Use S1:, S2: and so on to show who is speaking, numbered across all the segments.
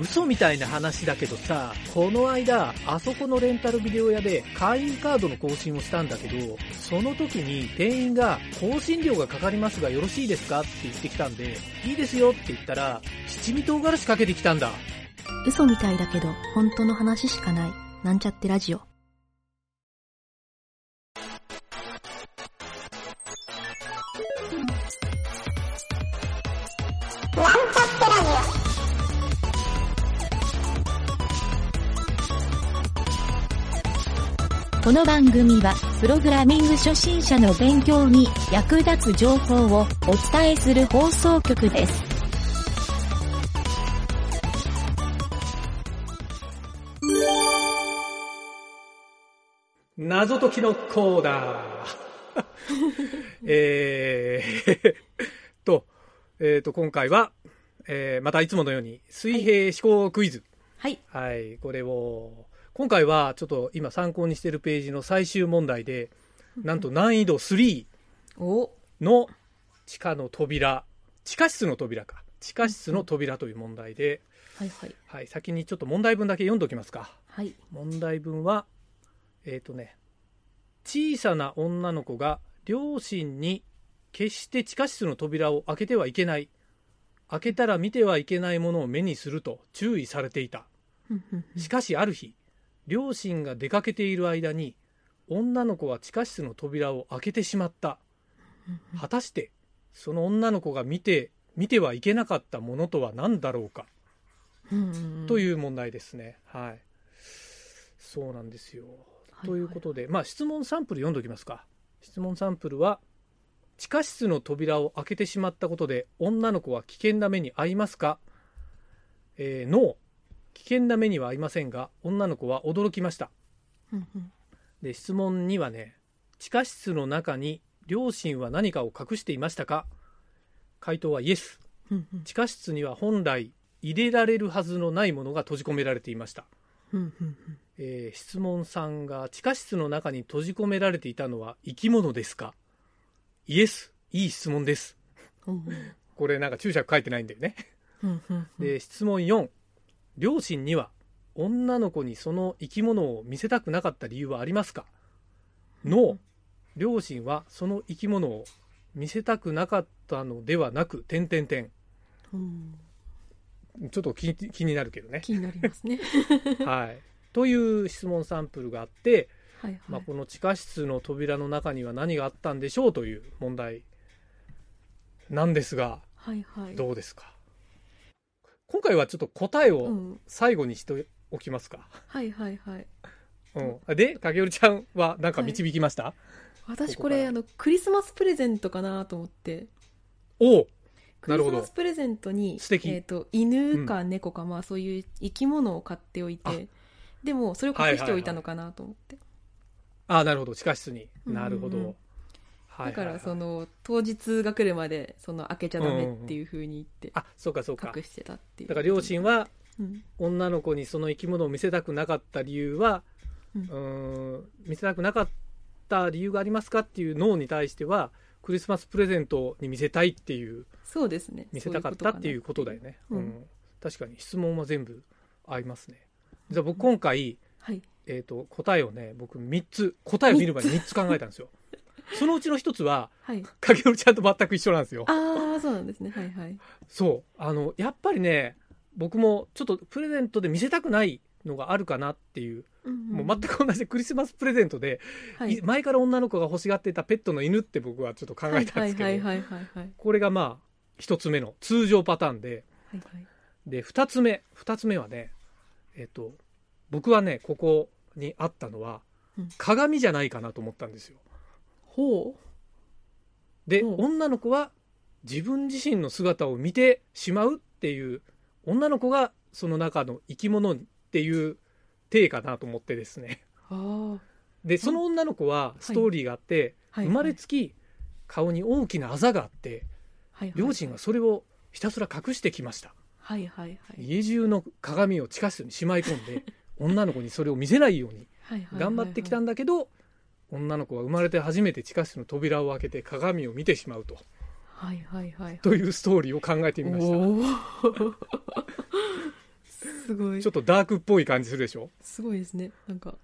S1: 嘘みたいな話だけどさ、この間、あそこのレンタルビデオ屋で会員カードの更新をしたんだけど、その時に店員が、更新料がかかりますがよろしいですかって言ってきたんで、いいですよって言ったら、七味唐辛子かけてきたんだ。
S2: 嘘みたいだけど、本当の話しかない。なんちゃってラジオ。
S3: この番組は、プログラミング初心者の勉強に役立つ情報をお伝えする放送局です。
S1: 謎解きのコーナー。 えー、と、えーと、今回は、えーまたいつものように、水平思考クイズ。
S2: はい。
S1: はい、これを、今回はちょっと今参考にしているページの最終問題で、なんと難易度3
S2: お
S1: の地下の扉、地下室の扉か。地下室の扉という問題で、
S2: はいはい。
S1: はい、先にちょっと問題文だけ読んでおきますか。
S2: はい。
S1: 問題文はえっ、とね小さな女の子が両親に決して地下室の扉を開けてはいけない開けたら見てはいけないものを目にすると注意されていた
S2: ふんふんふん
S1: しかしある日両親が出かけている間に女の子は地下室の扉を開けてしまった果たしてその女の子が見て見てはいけなかったものとは何だろうか
S2: うんうんうん
S1: という問題ですね。はい。そうなんですよ。
S2: はい
S1: ということで、まあ質問サンプル読んでおきますか。質問サンプルは、地下室の扉を開けてしまったことで女の子は危険な目に遭いますか、えー、ノー。危険な目には遭いませんが、女の子は驚きました。
S2: ふんふん
S1: で、質問にはね、地下室の中に両親は何かを隠していましたか回答はイエス。
S2: ふんふん
S1: 地下室には本来入れられるはずのないものが閉じ込められていました。
S2: ふんふんふん
S1: えー質問さんが地下室の中に閉じ込められていたのは生き物ですかイエスいい質問です
S2: おう
S1: これなんか注釈書いてないんだよね、
S2: ふんふんふん
S1: で質問4両親には女の子にその生き物を見せたくなかった理由はありますか
S2: う
S1: の
S2: ん
S1: 両親はその生き物を見せたくなかったのではなく点々点
S2: うん
S1: ちょっと気気になるけど ね
S2: 気になりま すね。
S1: はいという質問サンプルがあって
S2: はい
S1: ま
S2: は
S1: あ、
S2: い。
S1: この地下室の扉の中には何があったんでしょうという問題なんですが
S2: はいはい。
S1: どうですか今回はちょっと答え
S2: う
S1: を
S2: ん。
S1: 最後にしておきますか、
S2: はいはいはい。
S1: うんで影織ちゃんは何か導きました、
S2: 私
S1: ここ
S2: こ
S1: か
S2: れ、
S1: ら
S2: あの、クリスマスプレゼントかなと思って。
S1: おお
S2: ク
S1: なる
S2: リス
S1: ほど
S2: マスプレゼントに、
S1: 素敵
S2: えっ、と、犬か猫か、まあそういう生き物を買っておい
S1: あ
S2: て、でもそれを隠しておいたのかなと思って。
S1: あなるほど地下室に
S2: うんうん
S1: なるほど、
S2: うん
S1: はい
S2: だからそ
S1: の
S2: の、当日が来るまで、その開けちゃダメっていうふうに言って、
S1: あそうかそうか
S2: 隠してたっていう。
S1: だから両親は
S2: うん、
S1: 女の子にその生き物を見せたくなかった理由は、う
S2: うん
S1: ーん見せたくなかった理由がありますかっていう脳に対してはクリスマスプレゼントに見せたいっていう
S2: そうですね。
S1: 見せたかったっていうことだよ
S2: ね。
S1: ね
S2: うん
S1: うん確かに質問は全部合いますねじゃあ僕今回、
S2: はい。
S1: えー、と答えをね僕3つ答えを見る前に3つ考えたんですよそのうちの1つは
S2: はい。
S1: 影織ちゃんと全く一緒なんですよ
S2: ああ、そうなんですね。はいはい。
S1: そうあのやっぱりね僕もちょっとプレゼントで見せたくないのがあるかなっていうもう全く同じクリスマスプレゼントで、
S2: はい
S1: 前から女の子が欲しがっていたペットの犬って僕はちょっと考えたんですけど、
S2: はいはいはいはいはい。
S1: これがまあ一つ目の通常パターンで
S2: はいはい。
S1: で二つ目二つ目はねえっと僕はねここにあったのは
S2: うん
S1: 鏡じゃないかなと思ったんですよ
S2: ほう。
S1: で
S2: うん
S1: 女の子は自分自身の姿を見てしまうっていう女の子がその中の生き物っていう体かなと思ってですね
S2: ああ。
S1: でその女の子はストーリーがあって、
S2: はい。
S1: 生まれつき顔に大きなあざがあって
S2: はいはい
S1: 両親はそれをひたすら隠してきました
S2: はいはいはい。
S1: 家中の鏡を地下室にしまい込ん で女の子にそれを見せないように
S2: はいはいはいはい
S1: 頑張ってきたんだけど女の子は生まれて初めて地下室の扉を開けて鏡を見てしまうと
S2: はいはいはいはい。
S1: というストーリーを考えてみました
S2: おーすごい
S1: ちょっ。とダークっぽい感じするでしょ
S2: すごいですね。なんか、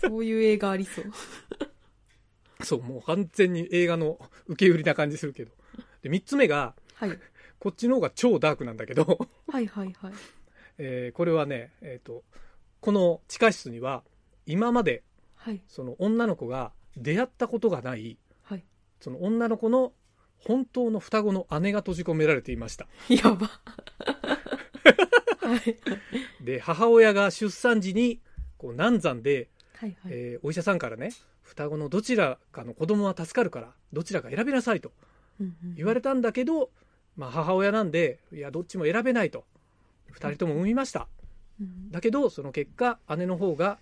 S2: そういう映画ありそう。
S1: そう、もう完全に映画の受け売りな感じするけど。で、3つ目が、
S2: はい。
S1: こっちの方が超ダークなんだけど、
S2: はいはいはい。
S1: えーこれはね、えっ、と、この地下室には、今まで、
S2: はい。
S1: その女の子が出会ったことがない、
S2: はい。
S1: その女の子の本当の双子の姉が閉じ込められていました。
S2: やば。はい。
S1: で、母親が出産時に、こう、難産で、
S2: はいはい。
S1: えーお医者さんからね、双子のどちらかの子供は助かるから、どちらか選びなさいと
S2: うんうん
S1: 言われたんだけど、まあ、母親なんでいやどっちも選べないと2人とも産みました
S2: うん
S1: だけどその結果姉の方が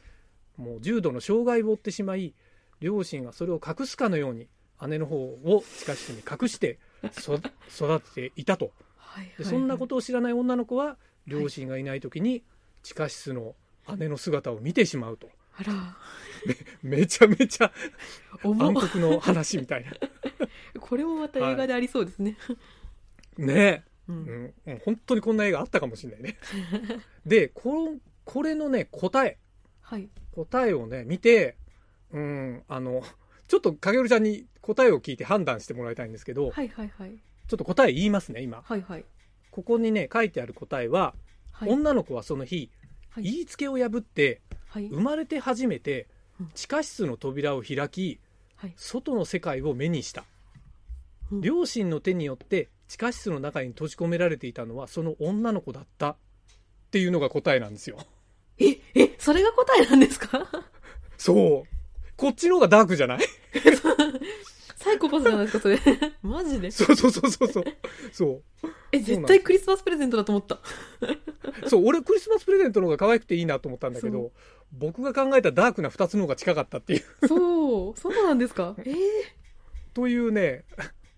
S1: もう重度の障害を負ってしまい両親はそれを隠すかのように姉の方を地下室に隠してそ 育てていたと
S2: はいはいは
S1: で
S2: い。
S1: そんなことを知らない女の子は両親がいない時に地下室の姉の姿を見てしまうと
S2: あら、
S1: めちゃめちゃ暗
S2: 重っ。
S1: 黒の話みたいな
S2: これもまた映画でありそうですね。
S1: ねえ
S2: う。
S1: うんん、うん本当にこんな映画あったかもしれないね。でこの、これのね、答え、
S2: はい。
S1: 答えをね、見て、うん、あの、ちょっと影るちゃんに答えを聞いて判断してもらいたいんですけど、
S2: はいはいはい。
S1: ちょっと答え言いますね、今。
S2: はいはい。
S1: ここにね、書いてある答えは、
S2: はい。
S1: 女の子はその日、
S2: はい
S1: 言いつけを破って、
S2: はい。
S1: 生まれて初めて
S2: うん、
S1: 地下室の扉を開き、
S2: はい
S1: 外の世界を目にした。
S2: うん
S1: 両親の手によって地下室の中に閉じ込められていたのはその女の子だったっていうのが答えなんですよ。
S2: え、え、それが答えなんですか
S1: そう。こっちの方がダークじゃない
S2: サイコパスじゃないですか、それ。マジ で。
S1: そうそうそうそうそう。そ
S2: え、絶対クリスマスプレゼントだと思った。
S1: う。そう、俺クリスマスプレゼントの方が可愛くていいなと思ったんだけ
S2: そ
S1: ど、僕が考えたダークな2つの方が近かったっていう、
S2: そう、そうなんですか。えー、
S1: というね、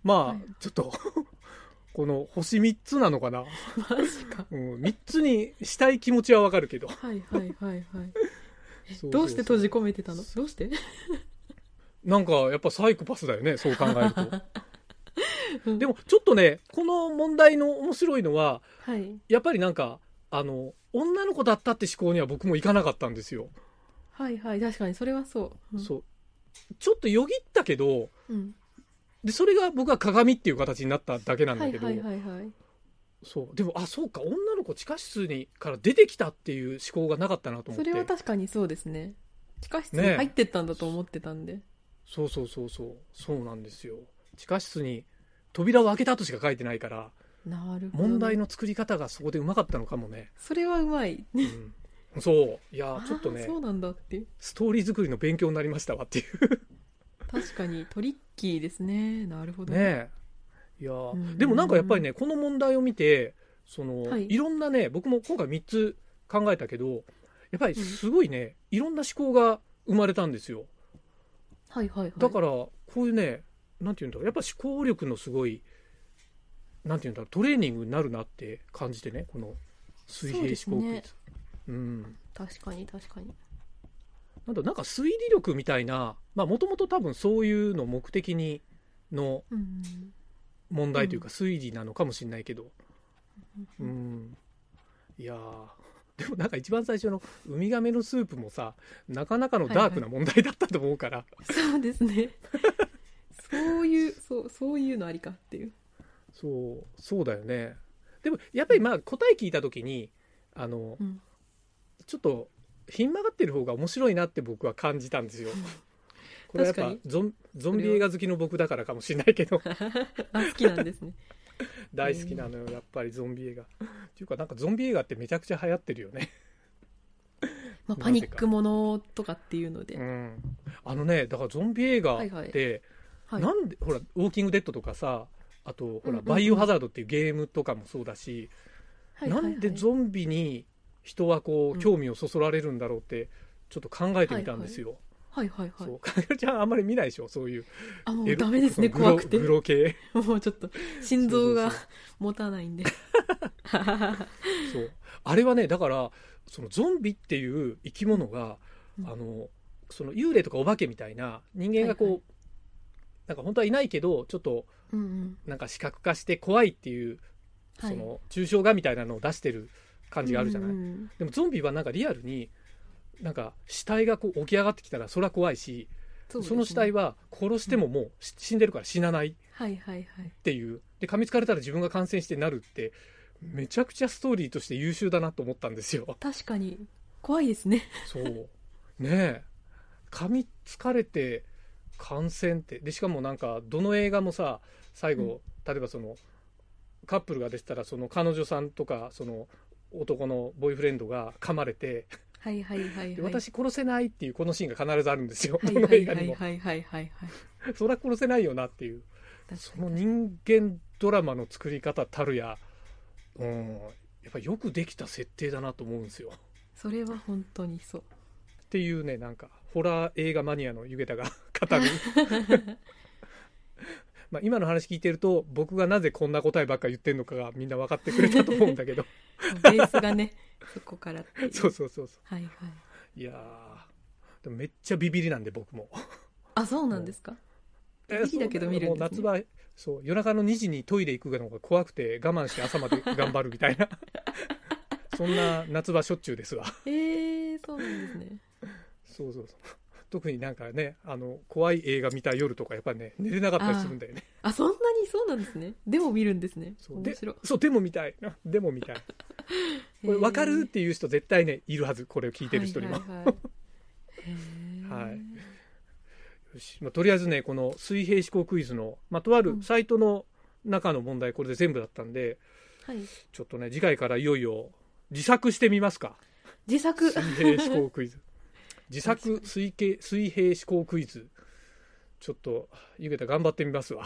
S1: まあ、
S2: はい
S1: ちょっと、 この星3つなのかな。
S2: マジか。
S1: うん、3つにしたい気持ちはわかるけど。
S2: はいはいはいはい。
S1: そうそ
S2: え
S1: うそう
S2: どうして閉じ込めてたのどうして
S1: なんかやっぱサイコパスだよね、そう考えると。
S2: うん
S1: でもちょっとね、この問題の面白いのは、
S2: はい。
S1: やっぱりなんか、あの、女の子だったって思考には僕もいかなかったんですよ。
S2: はいはい、確かに、それはそう。うん
S1: そう。ちょっとよぎったけど、
S2: うん。
S1: で、それが僕は鏡っていう形になっただけなん
S2: は
S1: だ
S2: い
S1: けど、
S2: はいはいはい。
S1: そう。でも、あ、そうか、女の子地下室にから出てきたっていう思考がなかったなと思
S2: そ
S1: って。
S2: れは確かにそうですね。地下室に入ってったんだと思ってたんで。
S1: そうそうそうそう。そうなんですよ。地下室に扉を開けたとしか書いてないから、
S2: なるほど。
S1: 問題。の作り方がそこでうまかったのかもね。
S2: それはうまい。
S1: うん、そう。いや、ちょっと
S2: あー
S1: ね
S2: そ、うなんだっていう。
S1: ストーリー作りの勉強になりましたわっていう。
S2: 確かにトリッキーですね。なるほど。
S1: ねえいやー
S2: うん
S1: でもなんかやっぱりねこの問題を見てその、
S2: はい
S1: い、ろんなね僕も今回3つ考えたけどやっぱりすごいね、いろんな思考が生まれたんですよ
S2: はいはいはい。
S1: だからこういうねなんていうんだろうやっぱ思考力のすごいなんていうんだろうトレーニングになるなって感じてねこの水平思考クイズう,、
S2: そうです
S1: ん
S2: 確かに確かに。
S1: なんだなんか推理力みたいなまあもともと多分そういうのを目的にの
S2: うん。
S1: 問題というか推理なのかもしれないけどうん、いやー でもなんか一番最初のウミガメのスープもさなかなかのダークな問題だったと思うから、
S2: そうですね。そういう、そう、そういうのありかっていう。
S1: そうそうだよねでもやっぱりまあ答え聞いた時にあの、
S2: うん
S1: ちょっとひん曲がってる方が面白いなって僕は感じたん ですよ。これはやっぱ
S2: 確か
S1: ゾンゾンビ映画好きの僕だからかもしれないけど
S2: あ、好きなんで すね。
S1: 大好きなのよやっぱりゾンビ映画。っていうかなんかゾンビ映画ってめちゃくちゃ流行ってるよね。
S2: まあ、パニックものとかっていうので。
S1: うん、あのねだからゾンビ映画って、
S2: はいはい
S1: なんでほら「ウォーキング・デッド」とかさあとほ
S2: うんうん
S1: ら「
S2: うん
S1: バイオハザード」っていうゲームとかもそうだし、
S2: はいはいはい
S1: なんでゾンビに人はこ
S2: う
S1: うん興味をそそられるんだろうってちょっと考えてみたんですよ。
S2: はいはいはい
S1: そう。 かげるちゃんあんまり見ないでしょそういう
S2: あ、も
S1: エ
S2: う
S1: ロ
S2: ダメですね、
S1: そのグロ
S2: 怖くて。
S1: グロ系
S2: もうちょっと、心臓が
S1: そうそ
S2: 持たない んで。
S1: そうあれはねだからそのゾンビっていう生き物が、
S2: うん
S1: あのその幽霊とかお化けみたいな人間がこう、
S2: はいは
S1: なんか本当はいないけどちょっと
S2: うんうん。
S1: なんか視覚化して怖いっていう
S2: はい
S1: そ。の抽象画みたいなのを出してる感じがあるじゃない、
S2: うんうん
S1: でもゾンビはなんかリアルになんか死体がこう起き上がってきたらそれは怖いしそ,、
S2: そうですね
S1: の死体は殺してももうし死んでるから死なないっ
S2: はいはいはい
S1: ていうで噛みつかれたら自分が感染してなるってめちゃくちゃストーリーとして優秀だなと思ったんですよ。
S2: 確かに怖いですね
S1: そうねえ噛みつかれて感染ってでしかもなんかどの映画もさ最後、例えばそのカップルが出てたらその彼女さんとかその男のボーイフレンドが噛まれて、
S2: はいはいはい
S1: で
S2: はい
S1: 私殺せないっていうこのシーンが必ずあるんですよ、
S2: はい
S1: ど
S2: は
S1: の映
S2: い
S1: 画
S2: は
S1: に
S2: い
S1: も、
S2: はいはいはいはい
S1: そりゃ殺せないよなっていう
S2: 確
S1: そ
S2: か
S1: の
S2: に
S1: 人間ドラマの作り方たるや、うん、やっぱよくできた設定だなと思うんですよ
S2: それは本当に そう
S1: っていうねなんかホラー映画マニアの湯桁が語るまあ今の話聞いてると僕がなぜこんな答えばっか言ってるのかがみんな分かってくれたと思うんだけ ど
S2: ベースがねそこからっていう
S1: そうそうそうそ
S2: はいはいう
S1: いやーでもめっちゃビビりなんで僕も
S2: あそうなんですかビビりだけど見るんですね
S1: もう夏場そう夜中の2時にトイレ行くのが怖くて我慢して朝まで頑張るみたいな そんな夏場しょっちゅうですわ
S2: えー、そうなんですね
S1: そうそうそう特になんかねあの怖い映画見た夜とかやっぱね寝れなかったりするんだよね
S2: あそんなにそうなんですねでも見るんですね
S1: そう
S2: 面
S1: で
S2: 白い
S1: そうでも見たい なでも見たいこれ分かるっていう人絶対ねいるはずこれを聞いてる人にも、
S2: はいはいはいへー
S1: はいよしまあとりあえずねこの水平思考クイズの、まあ、とあるサイトの中の問題これで全部だったんで
S2: はい、
S1: ちょっとね次回からいよいよ自作してみますか
S2: 自作
S1: 水平思考クイズ自作水系水平思考クイズちょっとゆげた頑張ってみますわ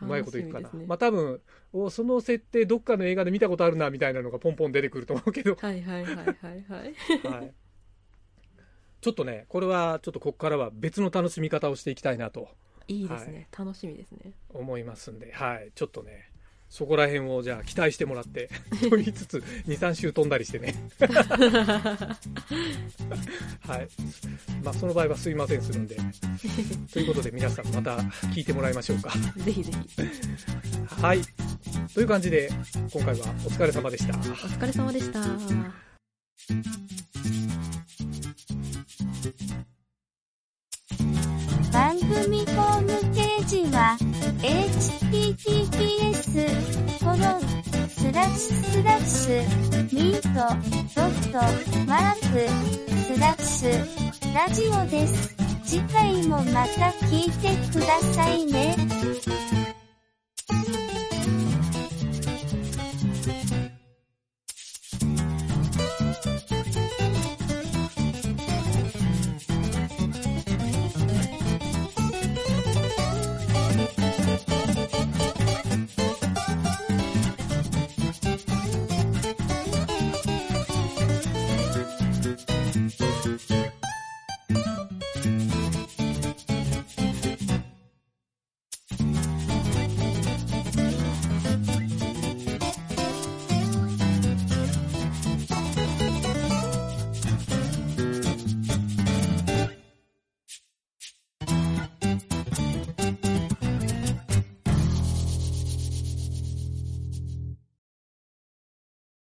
S1: うまいこといくかな、
S2: 楽しみですね
S1: まあ多分おその設定どっかの映画で見たことあるなみたいなのがポンポン出てくると思う けど
S2: はいはいはいはいはい
S1: はい、ちょっとねこれはちょっとここからは別の楽しみ方をしていきたいなと
S2: いいですね、楽しみですね
S1: 思いますんで、はい、ちょっとねそこら辺をじゃあ期待してもらってと言いつつ23週飛んだりしてねはい、まあ、その場合はすいませんするんでということで皆さんまた聞いてもらいましょうか
S2: ぜひぜひ
S1: はいという感じで今回はお疲れ様でした
S2: お疲れ様でした
S4: 番組ホームページは https コロンスラッシュスラッシュミートドットマークスラッシュラジオです。次回もまた聞いてくださいね。